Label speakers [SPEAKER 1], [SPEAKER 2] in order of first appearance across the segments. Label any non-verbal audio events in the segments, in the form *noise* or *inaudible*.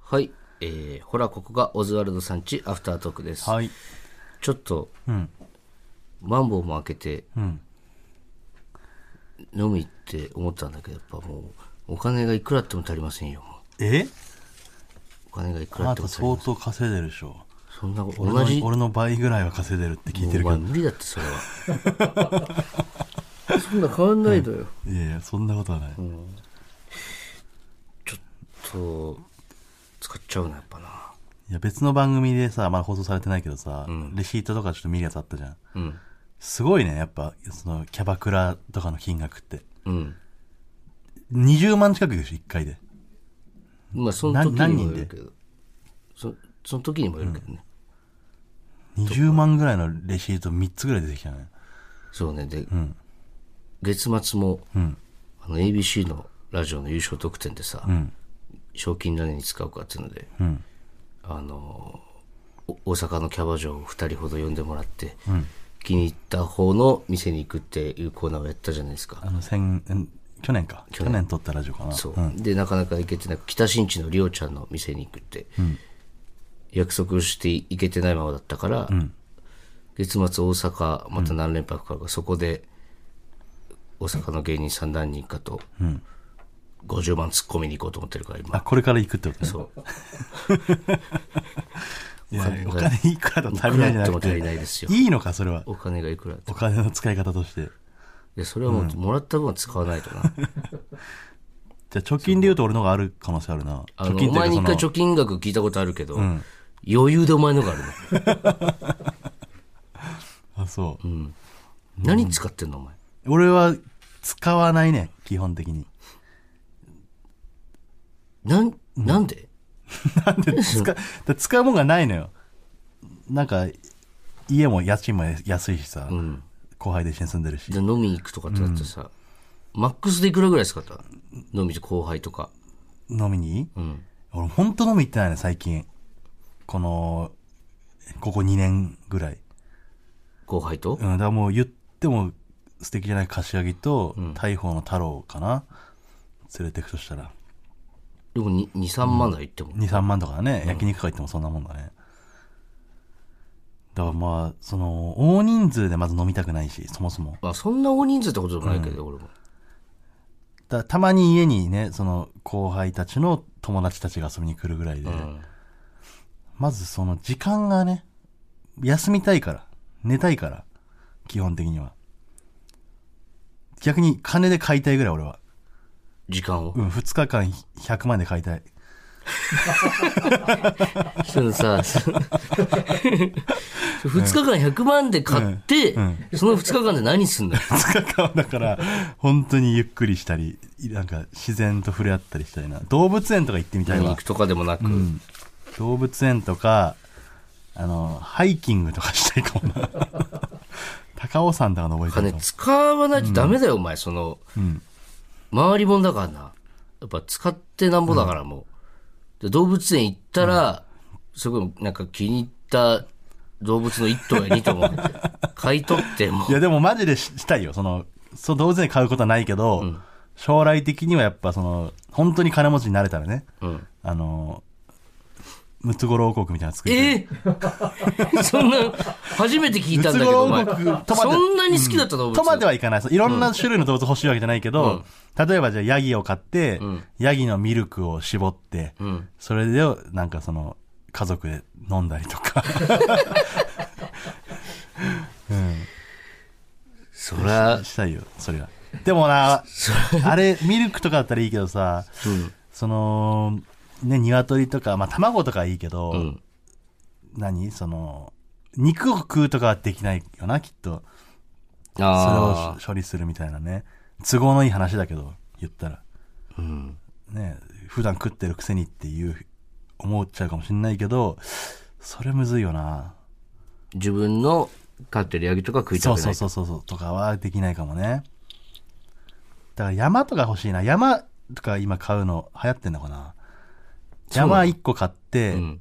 [SPEAKER 1] はい。えー、ほら、ここがオズワルドさんちアフタートークです。
[SPEAKER 2] はい。
[SPEAKER 1] ちょっと、
[SPEAKER 2] うん。
[SPEAKER 1] マンボウも開けて、
[SPEAKER 2] うん。
[SPEAKER 1] 飲み行って思ったんだけど、やっぱもう、お金がいくらあっても足りませんよ。も
[SPEAKER 2] え
[SPEAKER 1] うお金がいく
[SPEAKER 2] あ
[SPEAKER 1] らあって
[SPEAKER 2] なた
[SPEAKER 1] も足りま
[SPEAKER 2] 相当稼いでるでしょ。
[SPEAKER 1] せん。そんなこと、
[SPEAKER 2] 俺
[SPEAKER 1] 同じ、
[SPEAKER 2] の俺の倍ぐらいは稼いでるって聞いてる
[SPEAKER 1] お
[SPEAKER 2] けど
[SPEAKER 1] 前。無理だって、それは。そんな変わんないのよ。
[SPEAKER 2] いやいや、そんなことはない。
[SPEAKER 1] そう、使っちゃうな、やっぱな。
[SPEAKER 2] いや、別の番組でさ、まだ放送されてないけどさ、レシートとかちょっと見るやつあったじゃん。
[SPEAKER 1] うん。
[SPEAKER 2] すごいね、やっぱ、その、キャバクラとかの金額って。
[SPEAKER 1] うん。
[SPEAKER 2] 20万近くでしょ、1回で。
[SPEAKER 1] まあ、その時
[SPEAKER 2] な
[SPEAKER 1] にも
[SPEAKER 2] 何人
[SPEAKER 1] よ
[SPEAKER 2] で
[SPEAKER 1] るけど。そその時にもよるけどね。
[SPEAKER 2] 20万ぐらいのレシート3つぐらい出てきたね。
[SPEAKER 1] そうね。で、
[SPEAKER 2] ん
[SPEAKER 1] 月末も、
[SPEAKER 2] うん。
[SPEAKER 1] あの ABC のラジオの優勝特典でさ、
[SPEAKER 2] うん。
[SPEAKER 1] 賞金何に使うかっていうので、
[SPEAKER 2] うん。
[SPEAKER 1] あのお大阪のキャバ嬢を2人ほど呼んでもらって、気に入った方の店に行くっていうコーナーをやったじゃないですか。
[SPEAKER 2] あの、先、ん去年か。去年撮ったラジオかな。
[SPEAKER 1] そう、
[SPEAKER 2] うん。
[SPEAKER 1] でなかなか行けてなく北新地のりょうちゃんの店に行くって、約束して行けてないままだったから、月末大阪また何連泊かが、そこで大阪の芸人さん何人かと50万突っ込みに行こうと思ってるから今
[SPEAKER 2] あ、これから行くってことね。
[SPEAKER 1] そう
[SPEAKER 2] *laughs* いやお金いくらだと *laughs* 足りないじゃなく
[SPEAKER 1] いくらあっても足
[SPEAKER 2] て。
[SPEAKER 1] りないですよ
[SPEAKER 2] いいのか、それは。
[SPEAKER 1] お金がいくらって
[SPEAKER 2] お金の使い方として。
[SPEAKER 1] いやそれはもうもらった分は使わないと
[SPEAKER 2] *laughs*
[SPEAKER 1] な、
[SPEAKER 2] じゃあ貯金で言うと俺の方がある可能性あるな。
[SPEAKER 1] あの
[SPEAKER 2] 貯金
[SPEAKER 1] お
[SPEAKER 2] と
[SPEAKER 1] 前に
[SPEAKER 2] いう
[SPEAKER 1] 一
[SPEAKER 2] か
[SPEAKER 1] 回
[SPEAKER 2] その
[SPEAKER 1] 貯金額聞いたことあるけど、余裕でお前のがあるの
[SPEAKER 2] あ、そう、
[SPEAKER 1] 何使ってんのお前
[SPEAKER 2] 俺は使わないね、基本
[SPEAKER 1] *laughs*
[SPEAKER 2] 的に。
[SPEAKER 1] なんなんで、
[SPEAKER 2] なんで使、だから使うもんがないのよ。なんか、家も家賃も安いしさ、後輩で一緒に住んでるし
[SPEAKER 1] で。飲みに行くとかってなってさ、マックスでいくらぐらい使った飲みで後輩とか。
[SPEAKER 2] 飲みに、
[SPEAKER 1] ん
[SPEAKER 2] 俺ほんと飲み行ってないね、最近。この、ここ2年ぐらい。
[SPEAKER 1] 後輩と、
[SPEAKER 2] うん、だからもう言っても素敵じゃない柏木と、大砲の太郎かな連れてくとしたら。
[SPEAKER 1] でも2、3万だ言っても。
[SPEAKER 2] 2、3万とかね、焼肉とか行ってもそんなもんだね。だからまあ、その、大人数でまず飲みたくないし、そもそも。
[SPEAKER 1] まあそんな大人数ってことでもないけど、俺も。
[SPEAKER 2] だからたまに家にね、その、後輩たちの友達たちが遊びに来るぐらいで、
[SPEAKER 1] うん。
[SPEAKER 2] まずその時間がね、休みたいから、寝たいから、基本的には。逆に金で買いたいぐらい俺は。
[SPEAKER 1] 時間を
[SPEAKER 2] う。ん、2日間100万で買いたい。 *laughs*
[SPEAKER 1] そのさ、2 *laughs* 日間100万で買って、その2日間で何すんのよ。
[SPEAKER 2] 2日間だから、本当にゆっくりしたり、なんか自然と触れ合ったりしたいな。動物園とか行ってみたい
[SPEAKER 1] 何
[SPEAKER 2] わ
[SPEAKER 1] 肉。とかでもなく、
[SPEAKER 2] うん動物園とか、あの、ハイキングとかしたいかもな。 *laughs* 高尾山とか登りたい
[SPEAKER 1] 金
[SPEAKER 2] かも。
[SPEAKER 1] 使わないとダメだよ、お前。その、
[SPEAKER 2] うん。
[SPEAKER 1] 回りもんだからな。やっぱ使ってなんぼだからもう。で動物園行ったら、すごいなんか気に入った動物の1頭や2頭も
[SPEAKER 2] *laughs*
[SPEAKER 1] 買い取っても
[SPEAKER 2] いや、でもマジでししたいよ。その、そう動物園買うことはないけど、将来的にはやっぱその、本当に金持ちになれたらね、
[SPEAKER 1] う。うん、
[SPEAKER 2] あの、ムツゴロウ王国みたいなの作りたい。
[SPEAKER 1] えー *laughs* そんな、初めて聞いたんだけど、お前。
[SPEAKER 2] ムツゴロウ王国とまで
[SPEAKER 1] そんなに好きだった動物、
[SPEAKER 2] とまではいかないです。いろんな種類の動物欲しいわけじゃないけど、例えばじゃあヤギを買って、ヤギのミルクを絞って、
[SPEAKER 1] ん
[SPEAKER 2] それでなんかその家族で飲んだりとか。
[SPEAKER 1] そりゃ、
[SPEAKER 2] したいよ、それが。でもな、あれ、ミルクとかだったらいいけどさ、
[SPEAKER 1] うん
[SPEAKER 2] その、ね、鶏とか、まあ卵とかはいいけど、
[SPEAKER 1] うん。
[SPEAKER 2] 何その、肉を食うとかはできないよな、きっと。それ
[SPEAKER 1] あ
[SPEAKER 2] を処理するみたいなね。都合のいい話だけど、言ったら。
[SPEAKER 1] あ、うん。
[SPEAKER 2] ね、普段食ってるくせにっていう、思っちゃうかもしれないけど、それむずいよな。
[SPEAKER 1] 自分の飼ってるヤギとか食いたく
[SPEAKER 2] そ
[SPEAKER 1] な
[SPEAKER 2] う
[SPEAKER 1] い。
[SPEAKER 2] そうそうそうそう、とかはできないかもね。だから山とか欲しいな。山とか今買うの流行ってんのかな。
[SPEAKER 1] うなの
[SPEAKER 2] 山1個買って、
[SPEAKER 1] うん。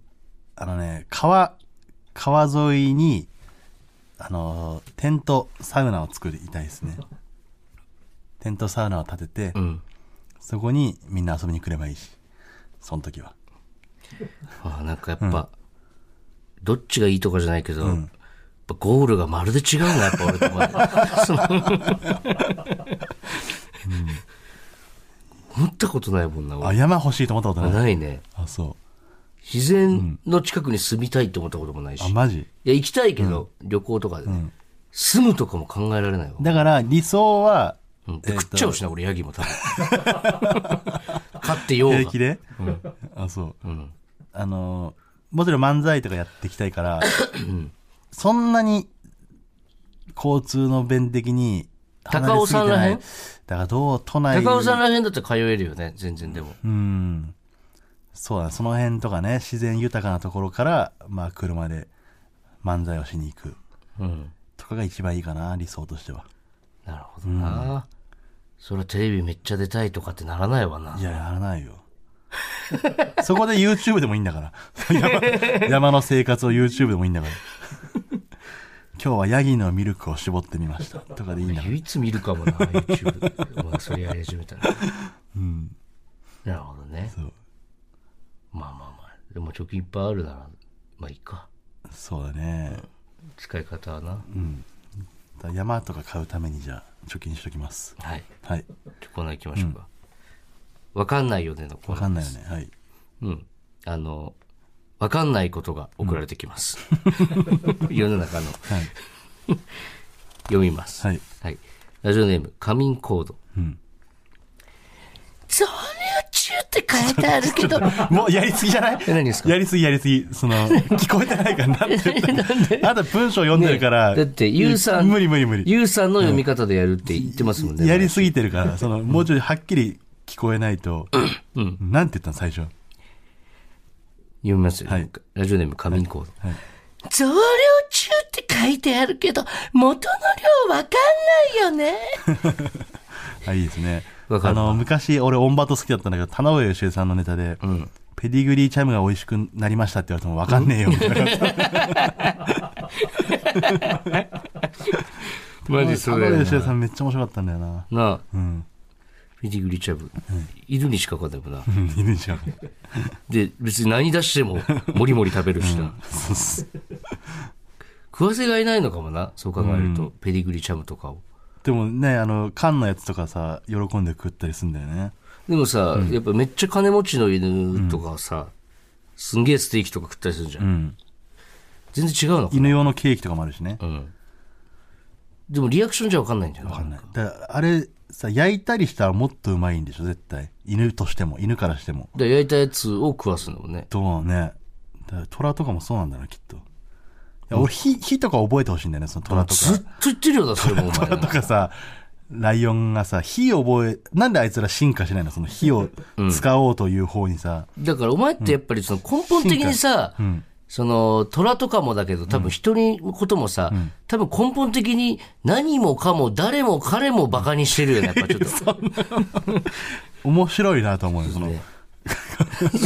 [SPEAKER 2] あのね、川、川沿いに、あのー、テントサウナを作りたいですね。テントサウナを建てて、
[SPEAKER 1] うん。
[SPEAKER 2] そこにみんな遊びに来ればいいし、その時は。
[SPEAKER 1] ああなんかやっぱ、どっちがいいとかじゃないけど、やっぱゴールがまるで違うな、やっぱ俺とお前その思ったことないもんな、
[SPEAKER 2] あ
[SPEAKER 1] 俺。
[SPEAKER 2] 山欲しいと思ったことない
[SPEAKER 1] ないね。
[SPEAKER 2] あそ
[SPEAKER 1] 自然の近くに住みたいって思ったこともないし。
[SPEAKER 2] うあ
[SPEAKER 1] い
[SPEAKER 2] マジ
[SPEAKER 1] や、行きたいけど、旅行とかでね、住むとかも考えられないわ。
[SPEAKER 2] だから理想は
[SPEAKER 1] うんで食っちゃうしな、俺、ヤギも多分。
[SPEAKER 2] *laughs*
[SPEAKER 1] 飼ってよう
[SPEAKER 2] 平
[SPEAKER 1] が
[SPEAKER 2] 気。で、 *laughs* あそう、あのーもちろん漫才とかやっていきたいから、そんなに交通の便的に離れすぎて
[SPEAKER 1] 高尾さんら
[SPEAKER 2] な
[SPEAKER 1] へ
[SPEAKER 2] い
[SPEAKER 1] ん
[SPEAKER 2] だからどう都内
[SPEAKER 1] 高尾さんら辺だったら通えるよね、全然でも。
[SPEAKER 2] うんそうだねその辺とかね自然豊かなところから、まあ、車で漫才をしに行く
[SPEAKER 1] うん。
[SPEAKER 2] とかが一番いいかな理想としては。
[SPEAKER 1] なるほどな。それはテレビめっちゃ出たいとかってならないわない
[SPEAKER 2] ややらないよそこで YouTube でもいいんだから山山の生活を YouTube でもいいんだから今日はヤギのミルクを絞ってみましたとかでいいんだから
[SPEAKER 1] 唯一見るかも *laughs* な、YouTube で。お前それやり始めたら。なるほどね。
[SPEAKER 2] そう
[SPEAKER 1] まあまあまあ。でも貯金いっぱいあるなら、まあいいか。
[SPEAKER 2] そうだね
[SPEAKER 1] 使い方はな。
[SPEAKER 2] だから山とか買うためにじゃあ貯金しときます
[SPEAKER 1] はい。
[SPEAKER 2] はい
[SPEAKER 1] ちょコーナー行きましょうか。わかんないよねのコ
[SPEAKER 2] わ
[SPEAKER 1] ーナ
[SPEAKER 2] か
[SPEAKER 1] ー。
[SPEAKER 2] んないよねはい
[SPEAKER 1] うん。あの、わかんないことが送られてき *laughs* ます。世の中の。
[SPEAKER 2] はい、
[SPEAKER 1] *laughs* 読みます。
[SPEAKER 2] はい、
[SPEAKER 1] はい。ラジオネーム、仮眠コード。
[SPEAKER 2] うん
[SPEAKER 1] 増量中って書いてあるけど、
[SPEAKER 2] もうやりすぎじゃない
[SPEAKER 1] え何ですか
[SPEAKER 2] やりすぎやりすぎ。
[SPEAKER 1] *laughs*
[SPEAKER 2] その、聞こえてないからなんて言った。あなた文章読んでるから。
[SPEAKER 1] だって、ゆうさん、
[SPEAKER 2] 無理無理無理。
[SPEAKER 1] ゆうさんの読み方でやるって言ってますもんね。
[SPEAKER 2] やりすぎてるから、その、もうちょいはっきり聞こえないと。なんて言ったの最初。
[SPEAKER 1] 読みますよ、
[SPEAKER 2] はい
[SPEAKER 1] ラジオネーム、仮眠コード。
[SPEAKER 2] はい
[SPEAKER 1] 増量中って書いてあるけど、元の量わかんないよね。
[SPEAKER 2] あ、いいですね。
[SPEAKER 1] わか
[SPEAKER 2] あ
[SPEAKER 1] る
[SPEAKER 2] の、昔、俺、オンバト好きだったんだけど、田上義恵さんのネタで、ペディグリーチャイムが美味しくなりましたって言われても、わかんねえよ、みたいな。
[SPEAKER 1] *laughs* マジそ
[SPEAKER 2] 田
[SPEAKER 1] うだ
[SPEAKER 2] 上
[SPEAKER 1] よ
[SPEAKER 2] 義恵
[SPEAKER 1] な。
[SPEAKER 2] さんめっちゃ面白かったんだよな。
[SPEAKER 1] なあ、
[SPEAKER 2] うん。
[SPEAKER 1] フィディグリチャブ、犬にしかわかんないもんな。
[SPEAKER 2] うん犬にしかわかんない
[SPEAKER 1] で、別に何出しても、もりもり食べるしな。
[SPEAKER 2] そうっす
[SPEAKER 1] 食わせがいないのかもな、そう考えると。ペディグリチャムとかを。
[SPEAKER 2] でもね、あの、缶のやつとかさ、喜んで食ったりするんだよね。
[SPEAKER 1] でもさ、やっぱめっちゃ金持ちの犬とかさ、すんげえステーキとか食ったりするじゃん。
[SPEAKER 2] うん。
[SPEAKER 1] 全然違うのか
[SPEAKER 2] 犬用のケーキとかもあるしね。
[SPEAKER 1] うん。でもリアクションじゃ分かんないんじゃない
[SPEAKER 2] わかんない。だから、あれ、さ、焼いたりしたらもっとうまいんでしょ、絶対。犬としても、犬からしても。
[SPEAKER 1] で焼いたやつを食わすんだもんね。
[SPEAKER 2] どうもね。だから虎とかもそうなんだな、きっと。いや俺、火、火とか覚えてほしいんだよね、その虎と
[SPEAKER 1] ずっ
[SPEAKER 2] か。
[SPEAKER 1] と言ってるよな、それもお前
[SPEAKER 2] 虎 *laughs* とかさ、ライオンがさ、火覚え、なんであいつら進化しないのその火を使おうという方にさ、
[SPEAKER 1] だからお前ってやっぱりその根本的にさ、その虎とかもだけど多分人のこともさ、多分根本的に何もかも誰も彼もバカにしてるよね、やっぱちょっ
[SPEAKER 2] *laughs*
[SPEAKER 1] と。
[SPEAKER 2] 面白いなと思うよ、その、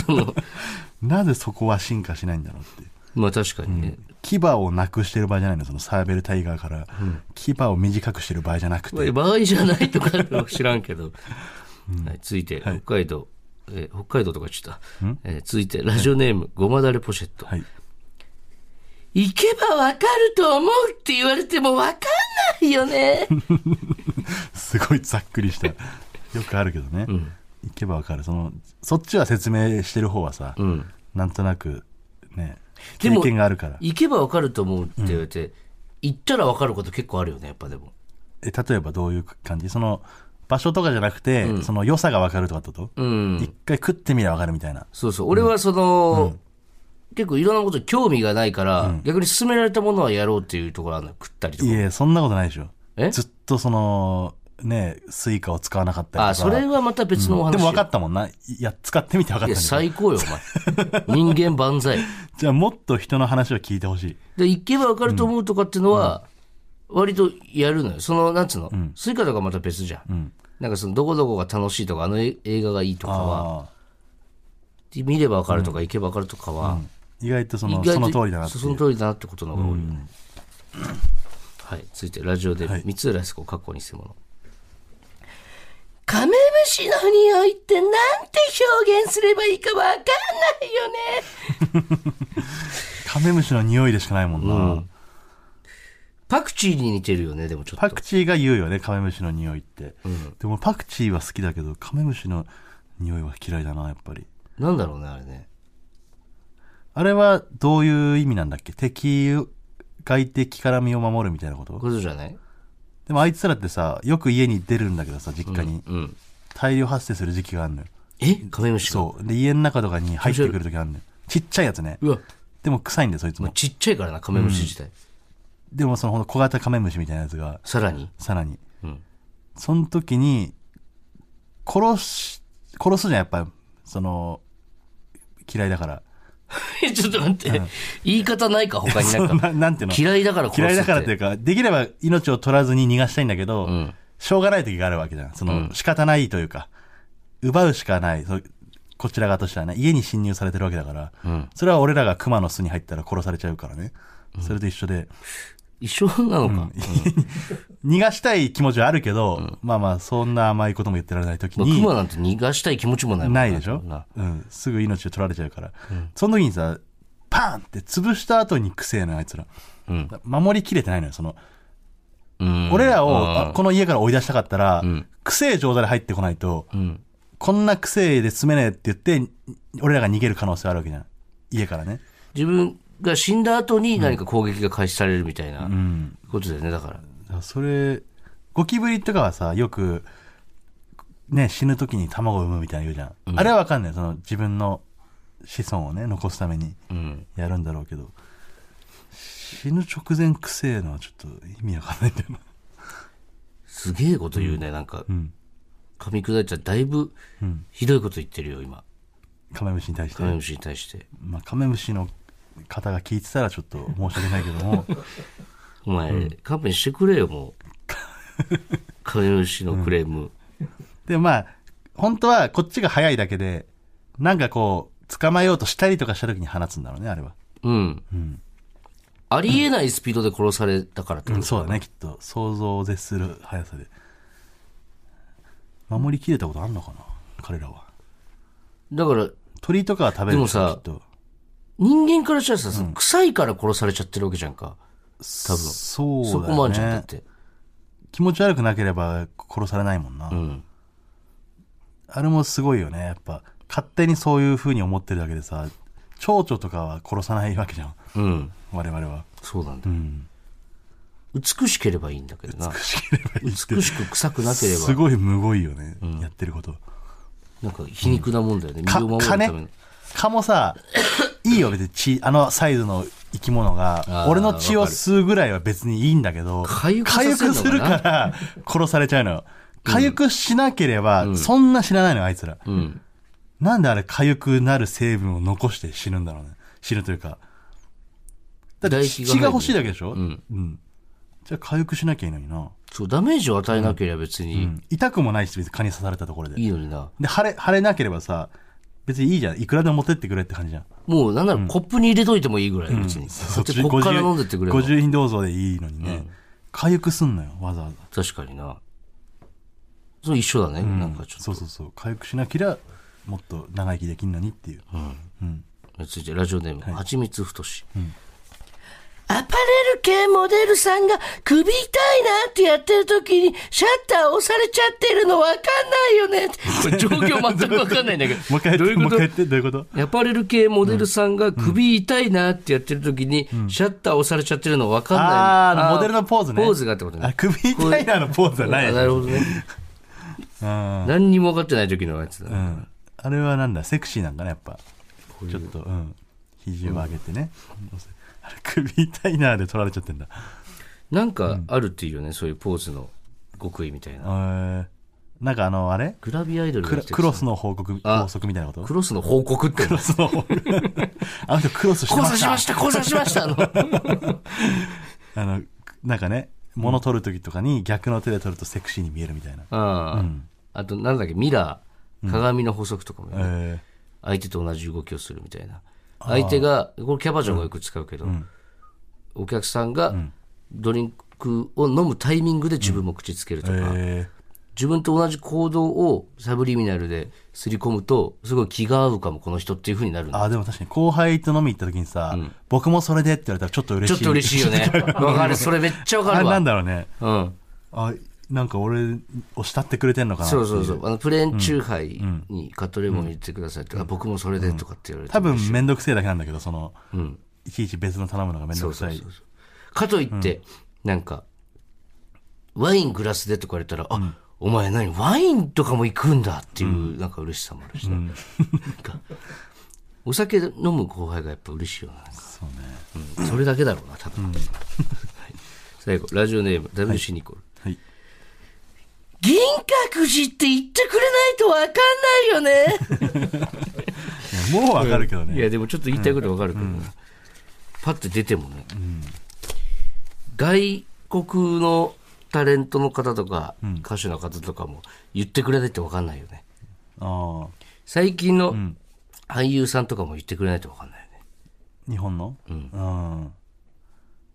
[SPEAKER 1] その、
[SPEAKER 2] *laughs* なぜそこは進化しないんだろうって。
[SPEAKER 1] まあ確かにね。
[SPEAKER 2] 牙をなくしてる場合じゃないの、そのサーベルタイガーから、牙を短くしてる場合じゃなくて。
[SPEAKER 1] 場合じゃないとかあるのか知らんけど。はい、続いて、北海道、えー北海道とか言っちゃった。えー続いて、ラジオネーム、ごまだれポシェット。
[SPEAKER 2] はい。
[SPEAKER 1] 行けばわかると思うって言われてもわかんないよ
[SPEAKER 2] *laughs*
[SPEAKER 1] ね。
[SPEAKER 2] すごいざっくりした。よ *laughs* くあるけどね。行けばわかる。その、そっちは説明してる方はさ、なんとなく、ね、
[SPEAKER 1] で
[SPEAKER 2] 経
[SPEAKER 1] も
[SPEAKER 2] 験があるから。
[SPEAKER 1] 行けばわかると思うって言われて、行ったらわかること結構あるよね、やっぱでも。
[SPEAKER 2] え例えばどういう感じその、場所とかじゃなくて、その良さがわかるとかってこと
[SPEAKER 1] うん。
[SPEAKER 2] 一回食ってみりゃわかるみたいな。
[SPEAKER 1] そうそう。俺はその、結構いろんなことに興味がないから、逆に勧められたものはやろうっていうところあるのよ食ったりと
[SPEAKER 2] い
[SPEAKER 1] か。
[SPEAKER 2] え、そんなことないでしょ。
[SPEAKER 1] え
[SPEAKER 2] ずっとその、ね、スイカを使わなかったりとか。
[SPEAKER 1] あ、それはまた別のお話。
[SPEAKER 2] でも分かったもんな。いや、使ってみて分かっ
[SPEAKER 1] いや、
[SPEAKER 2] たんだ
[SPEAKER 1] 最高よ、お前。人間万歳。
[SPEAKER 2] じゃあもっと人の話を聞いてほしい。
[SPEAKER 1] で、行けばわかると思うとかっていうのは、割とやるのよ。その、なんつうの、スイカとかまた別じゃん。なんかその、どこどこが楽しいとか、あの映映画がいいとかは、
[SPEAKER 2] ああ
[SPEAKER 1] 見ればわかるとか、行けばわかるとかは、
[SPEAKER 2] 意外とその、
[SPEAKER 1] 意外と
[SPEAKER 2] その通りだなって
[SPEAKER 1] そ
[SPEAKER 2] いう
[SPEAKER 1] その通りだなってことの方が多いよね。はい、続いてラジオで、
[SPEAKER 2] はい
[SPEAKER 1] 三浦靖子、過去偽物。カメムシの匂いってなんて表現すればいいかわかんないよね。
[SPEAKER 2] カメムシの匂いでしかないもんな。
[SPEAKER 1] パクチーに似てるよね、でもちょっ
[SPEAKER 2] パ
[SPEAKER 1] と
[SPEAKER 2] ク。チーが言うよね、カメムシの匂いって。でもパクチーは好きだけど、カメムシの匂いは嫌いだな、やっぱり。
[SPEAKER 1] なんだろうね、あれね。
[SPEAKER 2] あれはどういう意味なんだっけ敵を、外敵から身を守るみたいなこと
[SPEAKER 1] ことじゃない
[SPEAKER 2] でもあいつらってさ、よく家に出るんだけどさ、実家に。
[SPEAKER 1] うん。
[SPEAKER 2] 大量発生する時期があるのよ。
[SPEAKER 1] えカメムシが
[SPEAKER 2] そう。で、家の中とかに入ってくる時あるのよ。ちっちゃいやつね。
[SPEAKER 1] うわ、
[SPEAKER 2] でも臭いんだよ、そいつ
[SPEAKER 1] まあ
[SPEAKER 2] も。
[SPEAKER 1] ちっちゃいからな、カメムシ自体。
[SPEAKER 2] でもそのほんと小型カメムシみたいなやつが、
[SPEAKER 1] さらに。
[SPEAKER 2] さらに。
[SPEAKER 1] うん。
[SPEAKER 2] その時に、殺し、殺すじゃん、やっぱ、その、嫌いだから。
[SPEAKER 1] え *laughs* ちょっと待って。言い方ないか、他になん *laughs* か。
[SPEAKER 2] *laughs* ななんていうの
[SPEAKER 1] 嫌いだから殺すって
[SPEAKER 2] 嫌いだからっていうか、できれば命を取らずに逃がしたいんだけど、
[SPEAKER 1] ん
[SPEAKER 2] しょうがない時があるわけじゃん。その、仕方ないというか、奪うしかない。そうこちら側としてはね、家に侵入されてるわけだから、それは俺らが熊の巣に入ったら殺されちゃうからね。それと一緒で、
[SPEAKER 1] 一緒なのか。
[SPEAKER 2] 逃がしたい気持ちはあるけど、まあまあ、そんな甘いことも言ってられない時
[SPEAKER 1] まあ、
[SPEAKER 2] に、
[SPEAKER 1] クマなんて逃がしたい気持ちもないもん
[SPEAKER 2] ないでしょ
[SPEAKER 1] な、
[SPEAKER 2] うん、すぐ命を取られちゃうから、その時にさパーンって潰した後にくせえのあいつら、
[SPEAKER 1] うん
[SPEAKER 2] 守りきれてないのよその、
[SPEAKER 1] うん
[SPEAKER 2] 俺らをあこの家から追い出したかったら、くせえ状態で入ってこないと、
[SPEAKER 1] うん。
[SPEAKER 2] こんなくせえで住めねえって言って俺らが逃げる可能性あるわけじゃん家からね
[SPEAKER 1] 自分が死んだ後に何か攻撃が開始されるみたいな
[SPEAKER 2] うん
[SPEAKER 1] ことだよね、だから。
[SPEAKER 2] だからそれゴキブリとかはさよくね死ぬ時に卵を産むみたいな言うじゃん、あれはわかんないその自分の子孫をね残すために
[SPEAKER 1] うん。
[SPEAKER 2] やるんだろうけど死ぬ直前くせえのはちょっと意味わかんないんだよな
[SPEAKER 1] すげえこと言うね、なんか。
[SPEAKER 2] ん
[SPEAKER 1] 噛み砕いたらだいぶひどいこと言ってるよ、今。
[SPEAKER 2] カメムシに対して
[SPEAKER 1] カメムシに対して。
[SPEAKER 2] まあ、カメムシの方が聞いてたらちょっと申し訳ないけども *laughs*
[SPEAKER 1] お前、勘弁してくれよ、もう。 *laughs* カメムシのクレーム。
[SPEAKER 2] でまあ本当はこっちが早いだけでなんかこう捕まえようとしたりとかした時に放つんだろうねあれは、
[SPEAKER 1] うん。ありえないスピードで殺されたからってこと
[SPEAKER 2] そうだねきっと想像を絶する速さで守りきれたことあんのかな彼らは
[SPEAKER 1] だから、
[SPEAKER 2] 鳥とかは食べるでし
[SPEAKER 1] でも
[SPEAKER 2] ょ
[SPEAKER 1] さ
[SPEAKER 2] きっと
[SPEAKER 1] 人間からしたらさ、臭いから殺されちゃってるわけじゃんか。多分。
[SPEAKER 2] そうだ、ね、
[SPEAKER 1] そこもあるじゃん、だって。
[SPEAKER 2] 気持ち悪くなければ殺されないもんな、
[SPEAKER 1] ん
[SPEAKER 2] あれもすごいよねやっぱ勝手にそういうふうに思ってるだけでさ蝶々とかは殺さないわけじゃん
[SPEAKER 1] うん。
[SPEAKER 2] 我々は
[SPEAKER 1] そうなんだよ、美しければいいんだけどな。美しく臭くなければ
[SPEAKER 2] す。ごいむごいよね、やってること
[SPEAKER 1] なんか皮肉なもんだよね。身
[SPEAKER 2] か
[SPEAKER 1] を守る
[SPEAKER 2] 蚊
[SPEAKER 1] ため
[SPEAKER 2] ね
[SPEAKER 1] の。
[SPEAKER 2] 蚊も
[SPEAKER 1] *coughs*
[SPEAKER 2] さいいよ別に血あのサイズの生き物が
[SPEAKER 1] ー
[SPEAKER 2] 俺の血を吸うぐらいは別にいいんだけど
[SPEAKER 1] 痒くさせんのかな
[SPEAKER 2] 痒するから殺されちゃうのよ痒くしなければそんな死なないのよあいつら、
[SPEAKER 1] うん。
[SPEAKER 2] なんであれ痒くなる成分を残して死ぬんだろうね。死ぬというか。だって
[SPEAKER 1] 唾液が
[SPEAKER 2] 血
[SPEAKER 1] 入る。
[SPEAKER 2] が欲しいだけでしょうんじゃあ痒くしなきゃいいのにな。
[SPEAKER 1] そう、ダメージを与えなければ別
[SPEAKER 2] う
[SPEAKER 1] に
[SPEAKER 2] ん痛くもないし、別に蚊に刺されたところで。
[SPEAKER 1] いいのにな。
[SPEAKER 2] で、腫れ、腫れなければさ、別にいいじゃん。いくらでも持ってってくれって感じじゃ
[SPEAKER 1] *laughs*
[SPEAKER 2] ん。
[SPEAKER 1] もうなんならコップに入れといてもいいぐらい、別に。
[SPEAKER 2] そ
[SPEAKER 1] だ
[SPEAKER 2] う
[SPEAKER 1] ってこっから飲んでってくれば。
[SPEAKER 2] 50品どうぞでいいのにね。痒くすんのよ、わざわざ。
[SPEAKER 1] 確かにな。そう一緒だね。なんかちょっと。
[SPEAKER 2] そうそうそう。痒くしなけりゃ、もっと長生きできんのにっていう。
[SPEAKER 1] 続いてラジオネーム、はちみつふとし。アパレル系モデルさんが首痛いなってやってる時にシャッター押されちゃってるのわかんないよね
[SPEAKER 2] *laughs*
[SPEAKER 1] って。これ状況全くわかんないんだけど。
[SPEAKER 2] もう一回やっ
[SPEAKER 1] ど
[SPEAKER 2] て、
[SPEAKER 1] ういう
[SPEAKER 2] もう
[SPEAKER 1] こ
[SPEAKER 2] 一回
[SPEAKER 1] と
[SPEAKER 2] やって、どういうこと
[SPEAKER 1] アパレル系モデルさんが首痛いなってやってる時にシャッター押されちゃってるのわかんない。
[SPEAKER 2] あーあのモデルのポーズね
[SPEAKER 1] ポーズがってこと
[SPEAKER 2] あ、
[SPEAKER 1] ね。
[SPEAKER 2] 首痛いなのポーズは
[SPEAKER 1] あ
[SPEAKER 2] ないやつ
[SPEAKER 1] なるほどね。
[SPEAKER 2] うん。
[SPEAKER 1] 何にも分かってない時のやつだ
[SPEAKER 2] う
[SPEAKER 1] ね。
[SPEAKER 2] ん、あれはなんだセクシーなんかなやっぱちょっと、うん、肘を上げてね、あれ首痛いなーで取られちゃってんだ、
[SPEAKER 1] なんかあるっていうよね、そういうポーズの極意みたいな。
[SPEAKER 2] えーなんかあのあれ
[SPEAKER 1] グラビアアイドル
[SPEAKER 2] ク
[SPEAKER 1] が
[SPEAKER 2] ロ
[SPEAKER 1] やってる
[SPEAKER 2] クロスの報告法則みたいなこと
[SPEAKER 1] クロスの報告って。
[SPEAKER 2] クロスの
[SPEAKER 1] *laughs*
[SPEAKER 2] 報告あの人クロスして
[SPEAKER 1] 交差
[SPEAKER 2] まし
[SPEAKER 1] したました交差しましたの
[SPEAKER 2] あのなんかね物取る時とかに逆の手で取るとセクシーに見えるみたいな、
[SPEAKER 1] あ,、あとなんだっけミラー鏡の補足とかもね、
[SPEAKER 2] え
[SPEAKER 1] 相手と同じ動きをするみたいな相手がこれキャバ嬢がよく使うけど、お客さんがドリンクを飲むタイミングで自分も口つけると
[SPEAKER 2] ー
[SPEAKER 1] か、
[SPEAKER 2] え
[SPEAKER 1] 自分と同じ行動をサブリミナルですり込むと、すごい気が合うかも、この人っていうふうになるんだ
[SPEAKER 2] ああ、でも確かに後輩と飲み行った時にさ、僕もそれでって言われたらちょっと嬉
[SPEAKER 1] ちょ
[SPEAKER 2] し
[SPEAKER 1] っ
[SPEAKER 2] い。
[SPEAKER 1] と嬉しいよ
[SPEAKER 2] *laughs*
[SPEAKER 1] ね。わかる。それめっちゃわか
[SPEAKER 2] あ
[SPEAKER 1] る
[SPEAKER 2] れ
[SPEAKER 1] わ。
[SPEAKER 2] なんだろうね。
[SPEAKER 1] うん。
[SPEAKER 2] あ、なんか俺を慕ってくれてんのかなってい
[SPEAKER 1] そうそうそう。あの、プレーンチューハイにカットレモン入れてくださいって、あ僕もそれでとかって言われて。
[SPEAKER 2] 多分めんどくせえだけなんだけど、その、いちいち別の頼むのがめんどくさい。
[SPEAKER 1] かといって、なんか、ワイングラスでとか言われたら、あ、お前何ワインとかも行くんだっていう、なんか嬉しさもあるしね。なんか、お酒飲む後輩がやっぱ嬉しいよな。
[SPEAKER 2] そうね。
[SPEAKER 1] うんそれだけだろうな、多分。はい最後、ラジオネーム、WC ニコル。
[SPEAKER 2] はい。
[SPEAKER 1] 銀閣寺って言ってくれないとわかんないよね。
[SPEAKER 2] いやもうわかるけど
[SPEAKER 1] い
[SPEAKER 2] ね。
[SPEAKER 1] や、でもちょっと言いたいことわかるけどな、パッて出てもね、外国のタレントの方とか、歌手の方とかも言ってくれないってわかんないよね。
[SPEAKER 2] ああ。
[SPEAKER 1] 最近の俳優さんとかも言ってくれないとわかんないよね。
[SPEAKER 2] 日本のうん。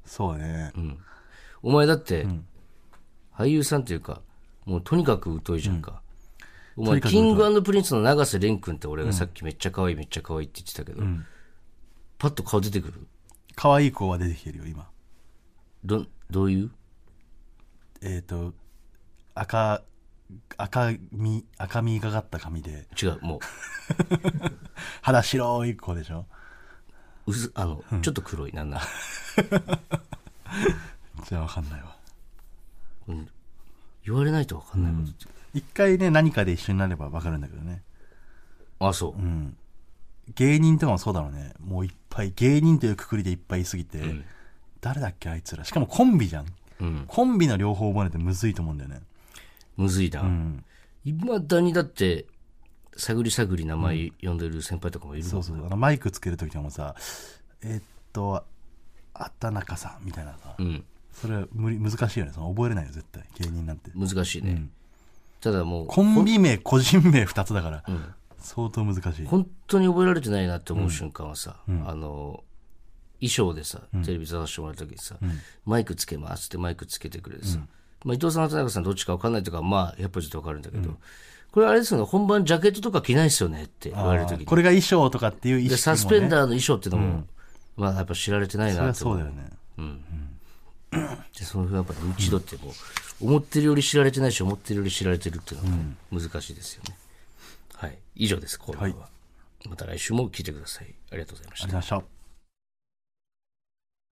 [SPEAKER 2] そうね。
[SPEAKER 1] お前だって、俳優さんというか、もうとにかく疎いじゃんか。お前、キングプリンスの永瀬廉君って俺がさっきめっちゃ可愛いめっちゃ可愛いって言ってたけど、パッと顔出てくる
[SPEAKER 2] 可愛い子は出てきてるよ、今。
[SPEAKER 1] ど、どういう
[SPEAKER 2] えっと、赤、赤み、赤みがかった髪で、
[SPEAKER 1] 違う、もう。
[SPEAKER 2] 肌白い子でしょ
[SPEAKER 1] うずあの、ちょっと黒いなんなら、
[SPEAKER 2] じゃあわかんないわ。
[SPEAKER 1] うん言われないと分かんないことって、
[SPEAKER 2] 一回ね、何かで一緒になればわかるんだけどね。
[SPEAKER 1] あそう、
[SPEAKER 2] うん。芸人とかもそうだろうね。もういっぱい、芸人というくくりでいっぱいいすぎて、誰だっけあいつら。しかもコンビじゃん。コンビの両方覚えるってむずいと思うんだよね。
[SPEAKER 1] むずいな、いまだにだって探り探り名前呼んでる先輩とかもいるもん
[SPEAKER 2] そうそう。あの、マイクつけるときもさ、えっと、あたなかさんみたいなさ。
[SPEAKER 1] ん
[SPEAKER 2] それ無理、難しいよね。その覚えれないよ、絶対。芸人なんて。
[SPEAKER 1] 難しいね、ただもう
[SPEAKER 2] コンビ名、個人名2つだから、相当難しい。
[SPEAKER 1] 本当に覚えられてないなって思う瞬間はさ、あの衣装でさテレビ出させてもらった時にさ、マイクつけますってマイクつけてくれてさ、まあ、伊藤さんと田中さんどっちか分かんないとかまあやっぱちょっと分かるんだけど、これあれですよね本番ジャケットとか着ないっすよねって言われる時に
[SPEAKER 2] これが衣装とかっていう意識も、
[SPEAKER 1] で
[SPEAKER 2] ね、
[SPEAKER 1] サスペンダーの衣装っていうのも、まあやっぱ知られてない
[SPEAKER 2] それ
[SPEAKER 1] な
[SPEAKER 2] は
[SPEAKER 1] って思
[SPEAKER 2] そう
[SPEAKER 1] う
[SPEAKER 2] だよね。
[SPEAKER 1] でその辺はやっぱ認知度ってもう、思ってるより知られてないし思ってるより知られてるっていうのは、ね難しいですよねはい以上ですコーナーは、また来週も聞いてくださいありがとうございました
[SPEAKER 2] ありがとうございました。